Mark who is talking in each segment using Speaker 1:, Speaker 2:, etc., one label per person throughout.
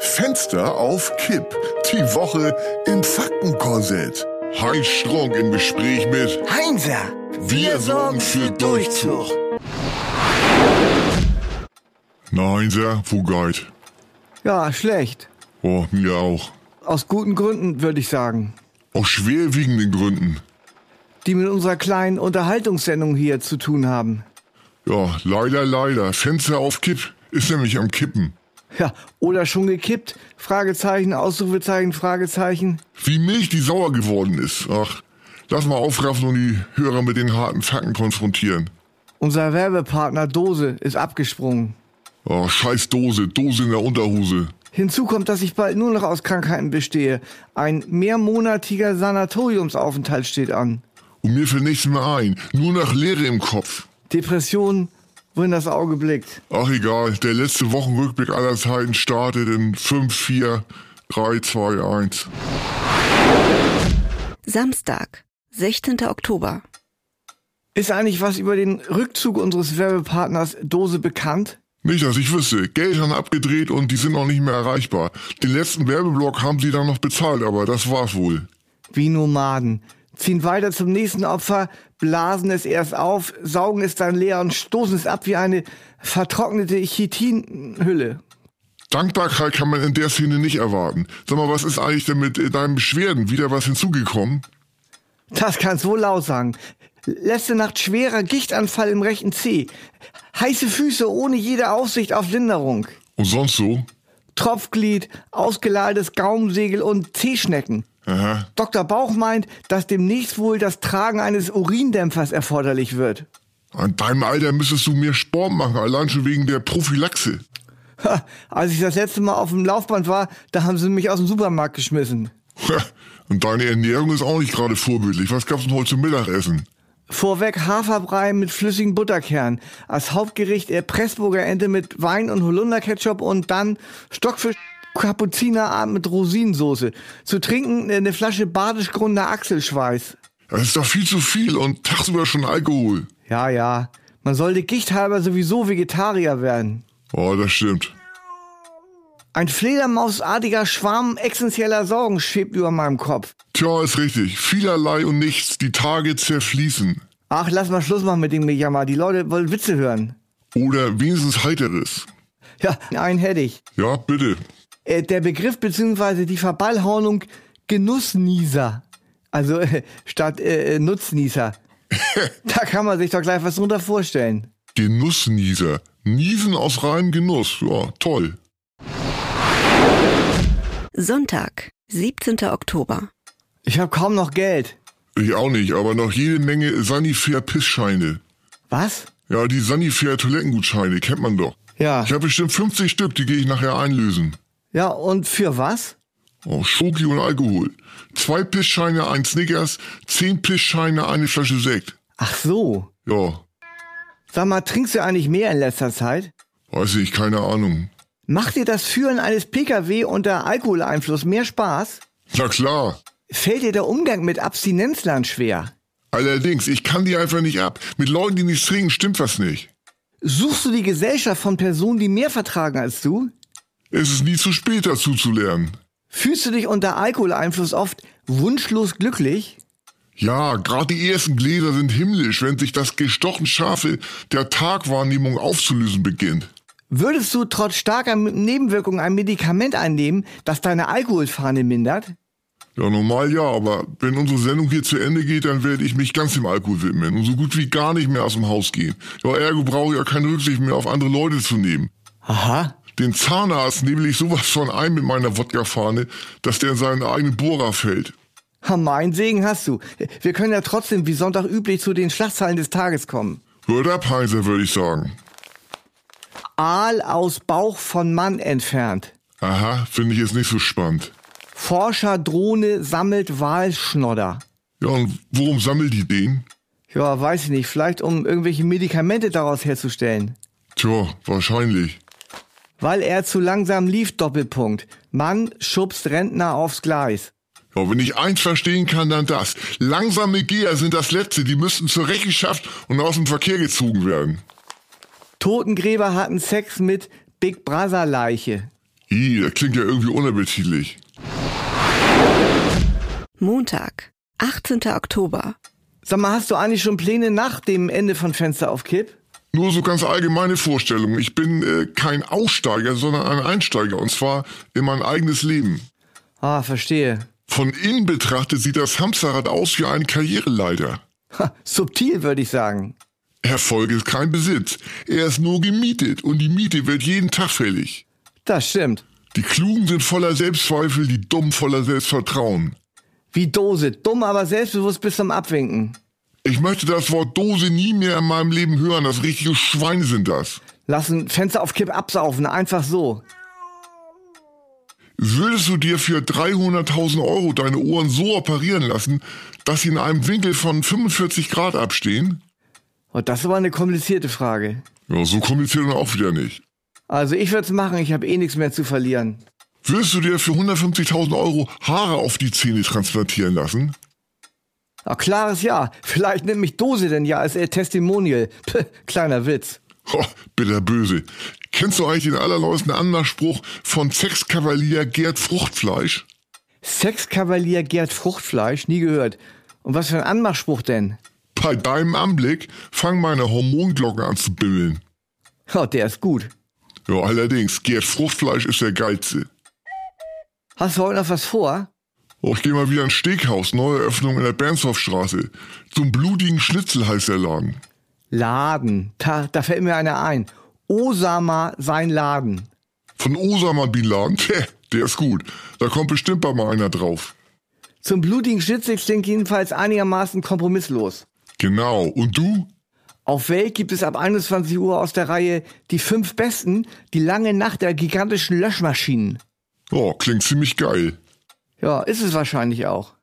Speaker 1: Fenster auf Kipp. Die Woche im Faktenkorsett. Heinz Strunk im Gespräch mit
Speaker 2: Heinzer,
Speaker 1: Na Heinzer, wo geht?
Speaker 2: Ja, schlecht.
Speaker 1: Oh, mir auch.
Speaker 2: Aus guten Gründen, würde ich sagen.
Speaker 1: Aus schwerwiegenden Gründen.
Speaker 2: Die mit unserer kleinen Unterhaltungssendung hier zu tun haben.
Speaker 1: Ja, leider, leider. Fenster auf Kipp ist nämlich am Kippen.
Speaker 2: Ja, oder schon gekippt? Fragezeichen, Ausrufezeichen, Fragezeichen.
Speaker 1: Wie Milch, die sauer geworden ist. Ach, lass mal aufraffen und die Hörer mit den harten Fakten konfrontieren.
Speaker 2: Unser Werbepartner Dose ist abgesprungen.
Speaker 1: Oh, scheiß Dose, Dose in der Unterhose.
Speaker 2: Hinzu kommt, dass ich bald nur noch aus Krankheiten bestehe. Ein mehrmonatiger Sanatoriumsaufenthalt steht an.
Speaker 1: Und mir fällt nichts mehr ein. Nur nach Leere im Kopf.
Speaker 2: Depression, wohin das Auge blickt.
Speaker 1: Ach egal, der letzte Wochenrückblick aller Zeiten startet in 5, 4, 3, 2, 1.
Speaker 3: Samstag, 16. Oktober.
Speaker 2: Ist eigentlich was über den Rückzug unseres Werbepartners Dose bekannt?
Speaker 1: Nicht, dass ich wüsste. Geld haben abgedreht und die sind noch nicht mehr erreichbar. Den letzten Werbeblock haben sie dann noch bezahlt, aber das war's wohl.
Speaker 2: Wie Nomaden. Ziehen weiter zum nächsten Opfer, blasen es erst auf, saugen es dann leer und stoßen es ab wie eine vertrocknete Chitinhülle.
Speaker 1: Dankbarkeit kann man in der Szene nicht erwarten. Sag mal, was ist eigentlich denn mit äh, deinen Beschwerden? Wieder was hinzugekommen?
Speaker 2: Das kannst du wohl laut sagen. Letzte Nacht schwerer Gichtanfall im rechten Zeh. Heiße Füße ohne jede Aussicht auf Linderung.
Speaker 1: Und sonst so?
Speaker 2: Tropfglied, ausgeladetes Gaumensegel und Zehschnecken.
Speaker 1: Aha.
Speaker 2: Dr. Bauch meint, dass demnächst wohl das Tragen eines Urindämpfers erforderlich wird.
Speaker 1: An deinem Alter müsstest du mehr Sport machen, allein schon wegen der Prophylaxe.
Speaker 2: Ha, als ich das letzte Mal auf dem Laufband war, da haben sie mich aus dem Supermarkt geschmissen.
Speaker 1: Und deine Ernährung ist auch nicht gerade vorbildlich. Was gab's denn heute zum Mittagessen?
Speaker 2: Vorweg Haferbrei mit flüssigen Butterkern. Als Hauptgericht äh, Pressburger Ente mit Wein und Holunderketchup und dann Stockfisch Kapuzinerart mit Rosinensoße. Zu trinken äh, eine Flasche Badischgrunder Achselschweiß.
Speaker 1: Das ist doch viel zu viel und tagsüber schon Alkohol.
Speaker 2: Ja, ja. Man sollte gichthalber sowieso Vegetarier werden.
Speaker 1: Oh, das stimmt.
Speaker 2: Ein fledermausartiger Schwarm existenzieller Sorgen schwebt über meinem Kopf.
Speaker 1: Tja, ist richtig. Vielerlei und nichts. Die Tage zerfließen.
Speaker 2: Ach, lass mal Schluss machen mit dem Gejammer. Die Leute wollen Witze hören.
Speaker 1: Oder wenigstens heiteres.
Speaker 2: Ja, einen hätte ich.
Speaker 1: Ja, bitte.
Speaker 2: Äh, der Begriff bzw. die Verballhornung Genussnießer. Also äh, statt äh, äh, Nutznießer. da kann man sich doch gleich was drunter vorstellen.
Speaker 1: Genussnieser. Niesen aus reinem Genuss. Ja, toll.
Speaker 3: Sonntag, 17. Oktober.
Speaker 2: Ich habe kaum noch Geld.
Speaker 1: Ich auch nicht, aber noch jede Menge Sanifair-Pissscheine.
Speaker 2: Was?
Speaker 1: Ja, die Sanifair-Toilettengutscheine kennt man doch.
Speaker 2: Ja.
Speaker 1: Ich habe bestimmt 50 Stück, die gehe ich nachher einlösen.
Speaker 2: Ja, und für was?
Speaker 1: Oh, Schoki und Alkohol. Zwei Pissscheine, ein Snickers, zehn Pissscheine, eine Flasche Sekt.
Speaker 2: Ach so.
Speaker 1: Ja,
Speaker 2: Sag mal, trinkst du eigentlich mehr in letzter Zeit?
Speaker 1: weiß ich, keine Ahnung.
Speaker 2: Macht dir das Führen eines Pkw unter Alkoholeinfluss mehr Spaß?
Speaker 1: Na klar.
Speaker 2: Fällt dir der Umgang mit Abstinenzlern schwer?
Speaker 1: Allerdings, ich kann die einfach nicht ab. Mit Leuten, die nichts trinken, stimmt was nicht.
Speaker 2: Suchst du die Gesellschaft von Personen, die mehr vertragen als du?
Speaker 1: Es ist nie zu spät, dazu zu lernen.
Speaker 2: Fühlst du dich unter Alkoholeinfluss oft wunschlos glücklich?
Speaker 1: Ja, gerade die ersten Gläser sind himmlisch, wenn sich das gestochen Scharfe der Tagwahrnehmung aufzulösen beginnt.
Speaker 2: Würdest du trotz starker Nebenwirkungen ein Medikament einnehmen, das deine Alkoholfahne mindert?
Speaker 1: Ja, normal ja, aber wenn unsere Sendung hier zu Ende geht, dann werde ich mich ganz dem Alkohol widmen und so gut wie gar nicht mehr aus dem Haus gehen. Ja, ergo brauche ich ja keine Rücksicht mehr auf andere Leute zu nehmen.
Speaker 2: Aha.
Speaker 1: Den Zahnarzt nehme ich sowas von ein mit meiner Wodkafahne, dass der in seinen eigenen Bohrer fällt.
Speaker 2: Ha, Mein Segen hast du. Wir können ja trotzdem wie Sonntag üblich zu den Schlagzeilen des Tages kommen.
Speaker 1: Hört ab, Heinzer, würde ich sagen.
Speaker 2: Aal aus Bauch von Mann entfernt.
Speaker 1: Aha, finde ich jetzt nicht so spannend.
Speaker 2: Forscherdrohne sammelt Walschnodder.
Speaker 1: Ja, und worum sammelt die den?
Speaker 2: Ja, weiß ich nicht. Vielleicht um irgendwelche Medikamente daraus herzustellen.
Speaker 1: Tja, wahrscheinlich.
Speaker 2: Weil er zu langsam lief, Doppelpunkt. Mann schubst Rentner aufs Gleis.
Speaker 1: Ja, wenn ich eins verstehen kann, dann das. Langsame Geher sind das Letzte, die müssten zur Rechenschaft und aus dem Verkehr gezogen werden.
Speaker 2: Totengräber hatten Sex mit Big Brother Leiche.
Speaker 1: Ih, das klingt ja irgendwie unappetitlich.
Speaker 3: Montag, 18. Oktober.
Speaker 2: Sag mal, hast du eigentlich schon Pläne nach dem Ende von Fenster auf Kipp?
Speaker 1: Nur so ganz allgemeine Vorstellungen. Ich bin äh, kein Aussteiger, sondern ein Einsteiger. Und zwar in mein eigenes Leben.
Speaker 2: Ah, verstehe.
Speaker 1: Von innen betrachtet sieht das Hamsterrad aus wie ein Karriereleiter.
Speaker 2: Ha, subtil würde ich sagen.
Speaker 1: Erfolg ist kein Besitz. Er ist nur gemietet und die Miete wird jeden Tag fällig.
Speaker 2: Das stimmt.
Speaker 1: Die Klugen sind voller Selbstzweifel, die Dummen voller Selbstvertrauen.
Speaker 2: Wie Dose, dumm, aber selbstbewusst bis zum Abwinken.
Speaker 1: Ich möchte das Wort Dose nie mehr in meinem Leben hören. Das richtige Schweine sind das.
Speaker 2: Lassen Fenster auf Kipp absaufen, einfach so.
Speaker 1: Würdest du dir für 300.000 Euro deine Ohren so operieren lassen, dass sie in einem Winkel von 45 Grad abstehen?
Speaker 2: Und Oh, das ist aber eine komplizierte Frage.
Speaker 1: Ja, so kompliziert dann auch wieder nicht.
Speaker 2: Also ich würde es machen, ich habe eh nichts mehr zu verlieren.
Speaker 1: Würdest du dir für 150.000 Euro Haare auf die Zähne transplantieren lassen?
Speaker 2: Ah, klares Ja. Vielleicht nimmt mich Dose denn ja als ihr Testimonial. Puh, kleiner Witz.
Speaker 1: Oh, bitterböse. Kennst du eigentlich den allerneuesten Anmachspruch von Sexkavalier Gerd Fruchtfleisch?
Speaker 2: Sexkavalier Gerd Fruchtfleisch, nie gehört. Und was für ein Anmachspruch denn?
Speaker 1: Bei deinem Anblick fangen meine Hormonglocken an zu bimmeln.
Speaker 2: Oh, der ist gut.
Speaker 1: Ja, allerdings, Gerd Fruchtfleisch ist der geilste.
Speaker 2: Hast du heute noch was vor?
Speaker 1: Oh, ich gehe mal wieder ins Steghaus, neue Eröffnung in der Bernstorffstraße. Zum blutigen Schnitzel heißt der Laden.
Speaker 2: Laden. Da, da fällt mir einer ein. Osama sein Laden.
Speaker 1: Von Osama Bin Laden, Tja, der ist gut. Da kommt bestimmt bald mal einer drauf.
Speaker 2: Zum blutigen Schnitzel klingt jedenfalls einigermaßen kompromisslos.
Speaker 1: Genau. Und du?
Speaker 2: Auf Welt gibt es ab 21 Uhr aus der Reihe die fünf besten, die lange Nacht der gigantischen Löschmaschinen.
Speaker 1: Oh, klingt ziemlich geil.
Speaker 2: Ja, ist es wahrscheinlich auch.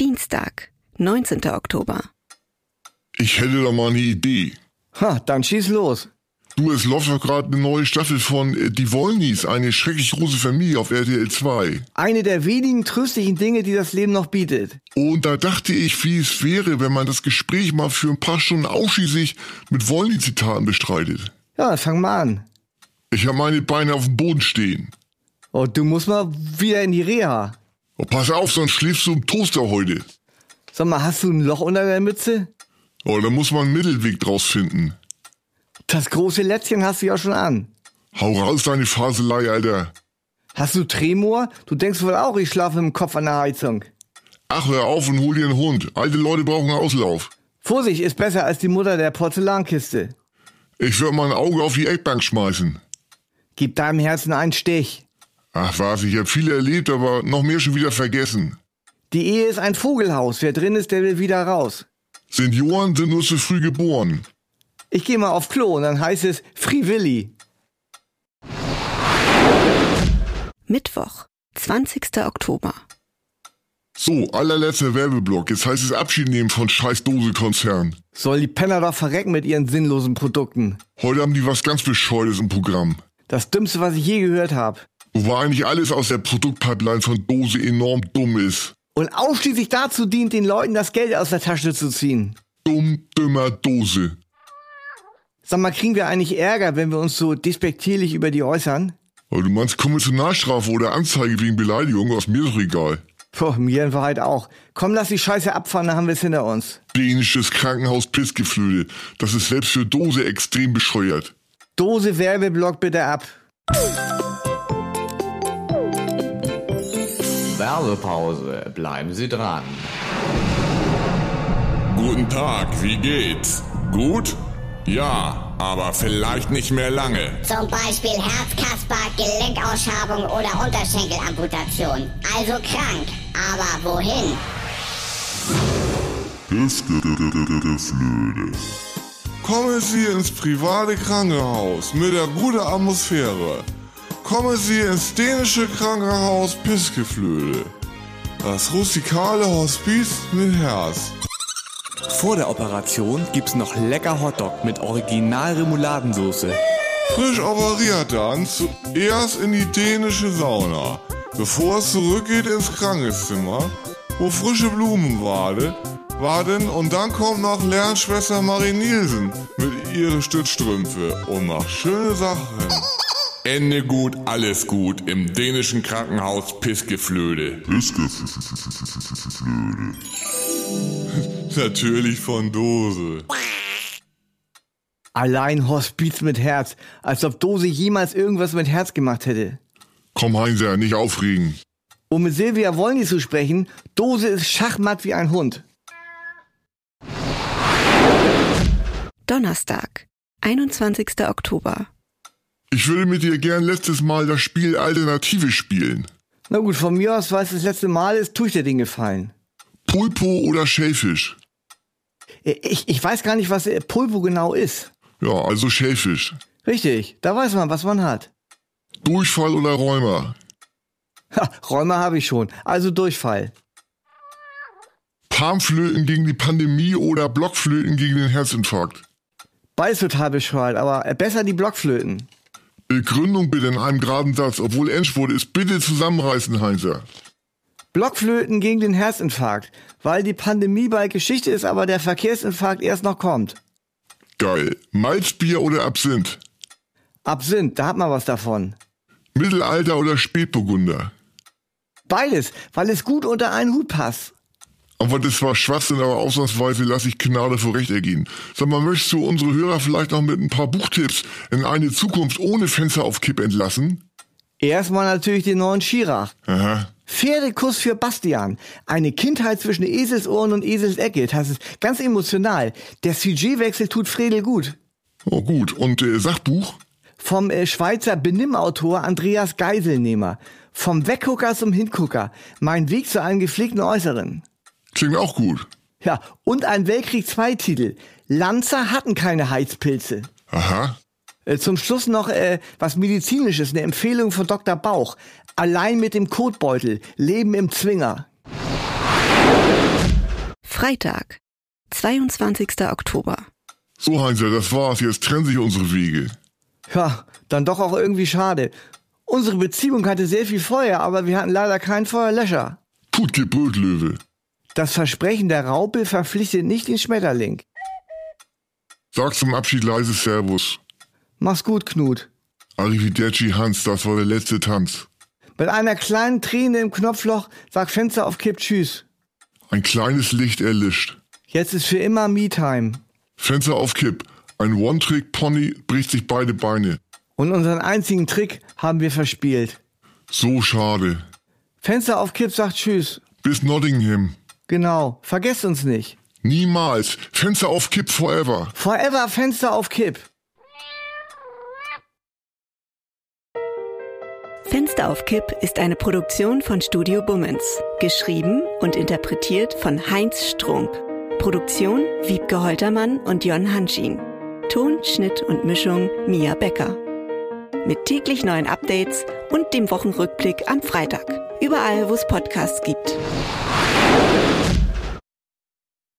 Speaker 3: Dienstag, 19. Oktober.
Speaker 1: Ich hätte da mal eine Idee.
Speaker 2: Ha, dann schieß los.
Speaker 1: Du, es läuft doch gerade eine neue Staffel von äh, Die Wollnies, eine schrecklich große Familie auf RTL 2.
Speaker 2: Eine der wenigen tröstlichen Dinge, die das Leben noch bietet.
Speaker 1: Und da dachte ich, wie es wäre, wenn man das Gespräch mal für ein paar Stunden ausschließlich mit Wollny-Zitaten bestreitet.
Speaker 2: Ja, dann fang mal an.
Speaker 1: Ich habe meine Beine auf dem Boden stehen.
Speaker 2: Oh, du musst mal wieder in die Reha.
Speaker 1: Oh, pass auf, sonst schläfst du im Toaster heute.
Speaker 2: Sag mal, hast du ein Loch unter der Mütze?
Speaker 1: Oh, da muss man einen Mittelweg draus finden.
Speaker 2: Das große Lätzchen hast du ja schon an.
Speaker 1: Hau raus deine Faselei, Alter.
Speaker 2: Hast du Tremor? Du denkst wohl auch, ich schlafe im Kopf an der Heizung.
Speaker 1: Ach, hör auf und hol dir einen Hund. Alte Leute brauchen Auslauf.
Speaker 2: Vorsicht ist besser als die Mutter der Porzellankiste.
Speaker 1: Ich würde mal ein Auge auf die Eckbank schmeißen.
Speaker 2: Gib deinem Herzen einen Stich.
Speaker 1: Ach was, ich habe viel erlebt, aber noch mehr schon wieder vergessen.
Speaker 2: Die Ehe ist ein Vogelhaus. Wer drin ist, der will wieder raus.
Speaker 1: Senioren sind nur zu früh geboren.
Speaker 2: Ich gehe mal auf Klo und dann heißt es Free Willy.
Speaker 3: Mittwoch, 20. Oktober.
Speaker 1: So, allerletzter Werbeblock. Jetzt heißt es Abschied nehmen von scheiß Dose-Konzern.
Speaker 2: Soll die Penner doch verrecken mit ihren sinnlosen Produkten.
Speaker 1: Heute haben die was ganz Bescheuertes im Programm.
Speaker 2: Das Dümmste, was ich je gehört habe.
Speaker 1: Wobei eigentlich alles aus der Produktpipeline von Dose enorm dumm ist.
Speaker 2: Und ausschließlich dazu dient, den Leuten das Geld aus der Tasche zu ziehen.
Speaker 1: Dumm, dümmer Dose.
Speaker 2: Sag mal, kriegen wir eigentlich Ärger, wenn wir uns so despektierlich über die äußern?
Speaker 1: Aber du meinst Konventionalstrafe oder Anzeige wegen Beleidigung? Aus mir doch egal.
Speaker 2: Puh, mir in Wahrheit auch. Komm, lass die Scheiße abfahren, dann haben wir es hinter uns.
Speaker 1: Dänisches Krankenhaus Pissgeflügel. Das ist selbst für Dose extrem bescheuert.
Speaker 2: Dose Werbeblock bitte ab.
Speaker 4: Werbepause. Bleiben Sie dran.
Speaker 5: Guten Tag, wie geht's? Gut? Ja, aber vielleicht nicht mehr lange.
Speaker 6: Zum Beispiel Herzkasper, Gelenkausschabung oder Unterschenkelamputation. Also krank. Aber wohin?
Speaker 5: Pissgeflöde. Kommen Sie ins private Krankenhaus mit der guten Atmosphäre. Kommen Sie ins dänische Krankenhaus Pissgeflöde. Das rustikale Hospiz mit Herz.
Speaker 7: Vor der Operation gibt's noch lecker Hotdog mit Original-Remouladensoße.
Speaker 5: Frisch operiert dann zuerst in die dänische Sauna, bevor es zurückgeht ins Krankenzimmer, wo frische Blumen warten, warten und dann kommt noch Lernschwester Marie Nielsen mit ihren Stützstrümpfe und macht schöne Sachen. Ende gut, alles gut im dänischen Krankenhaus Pissgeflöde. Natürlich von Dose.
Speaker 2: Allein Hospiz mit Herz, als ob Dose jemals irgendwas mit Herz gemacht hätte.
Speaker 1: Komm, Heinzer, nicht aufregen.
Speaker 2: Um mit Silvia Wollny zu sprechen, Dose ist schachmatt wie ein Hund.
Speaker 3: Donnerstag, 21. Oktober.
Speaker 1: Ich würde mit dir gern letztes Mal das Spiel Alternative spielen.
Speaker 2: Na gut, von mir aus, weil es das letzte Mal ist, tue ich dir den Gefallen.
Speaker 1: Pulpo oder Schellfisch?
Speaker 2: Äh, Ich, ich weiß gar nicht, was äh, Pulpo genau ist.
Speaker 1: Ja, also Schellfisch.
Speaker 2: Richtig, da weiß man, was man hat.
Speaker 1: Durchfall oder Rheuma?
Speaker 2: Ha, Rheuma habe ich schon, also Durchfall.
Speaker 1: Palmflöten gegen die Pandemie oder Blockflöten gegen den Herzinfarkt?
Speaker 2: Beides total bescheuert, aber äh, besser die Blockflöten.
Speaker 1: Begründung bitte in einem geraden Satz, obwohl Endspurt ist. Bitte zusammenreißen, Heinzer.
Speaker 2: Blockflöten gegen den Herzinfarkt, weil die Pandemie bald Geschichte ist, aber der Verkehrsinfarkt erst noch kommt.
Speaker 1: Geil. Malzbier oder Absinth?
Speaker 2: Absinth, da hat man was davon.
Speaker 1: Mittelalter oder Spätburgunder?
Speaker 2: Beides, weil es gut unter einen Hut passt.
Speaker 1: Aber das war Schwachsinn, aber ausnahmsweise lasse ich Gnade vor Recht ergehen. Sag mal, möchtest du unsere Hörer vielleicht noch mit ein paar Buchtipps in eine Zukunft ohne Fenster auf Kipp entlassen?
Speaker 2: Erstmal natürlich den neuen Schirach.
Speaker 1: Aha.
Speaker 2: Pferdekuss für Bastian. Eine Kindheit zwischen Eselsohren und Eselsecke. Das ist ganz emotional. Der CG-Wechsel tut Fredel gut.
Speaker 1: Oh gut, und äh, Sachbuch?
Speaker 2: Vom äh, Schweizer Benimmautor Andreas Geiselnehmer. Vom Weggucker zum Hingucker. Mein Weg zu einem gepflegten Äußeren.
Speaker 1: Klingt auch gut.
Speaker 2: Ja, und ein Weltkrieg-2-Titel. Lanzer hatten keine Heizpilze.
Speaker 1: Aha.
Speaker 2: Äh, Zum Schluss noch äh, was Medizinisches, eine Empfehlung von Dr. Bauch. Allein mit dem Kotbeutel, Leben im Zwinger.
Speaker 3: Freitag, 22. Oktober.
Speaker 1: So, Heinzer, das war's. Jetzt trennen sich unsere Wege.
Speaker 2: Ja, dann doch auch irgendwie schade. Unsere Beziehung hatte sehr viel Feuer, aber wir hatten leider keinen Feuerlöscher.
Speaker 1: Tut Geburt, Löwe.
Speaker 2: Das Versprechen der Raupe verpflichtet nicht den Schmetterling.
Speaker 1: Sag zum Abschied leise Servus.
Speaker 2: Mach's gut, Knut.
Speaker 1: Arrivederci, Hans, das war der letzte Tanz.
Speaker 2: Mit einer kleinen Träne im Knopfloch sagt Fenster auf Kipp Tschüss.
Speaker 1: Ein kleines Licht erlischt.
Speaker 2: Jetzt ist für immer Me-Time.
Speaker 1: Fenster auf Kipp. Ein One-Trick-Pony bricht sich beide Beine.
Speaker 2: Und unseren einzigen Trick haben wir verspielt.
Speaker 1: So schade.
Speaker 2: Fenster auf Kipp sagt Tschüss.
Speaker 1: Bis Nottingham.
Speaker 2: Genau, vergesst uns nicht.
Speaker 1: Niemals. Fenster auf Kipp forever.
Speaker 2: Forever Fenster auf Kipp.
Speaker 3: Fenster auf Kipp ist eine Produktion von Studio Bummens. Geschrieben und interpretiert von Heinz Strunk. Produktion Wiebke Holtermann und Jon Hanschin. Ton, Schnitt und Mischung Mia Becker. Mit täglich neuen Updates und dem Wochenrückblick am Freitag. Überall, wo es Podcasts gibt.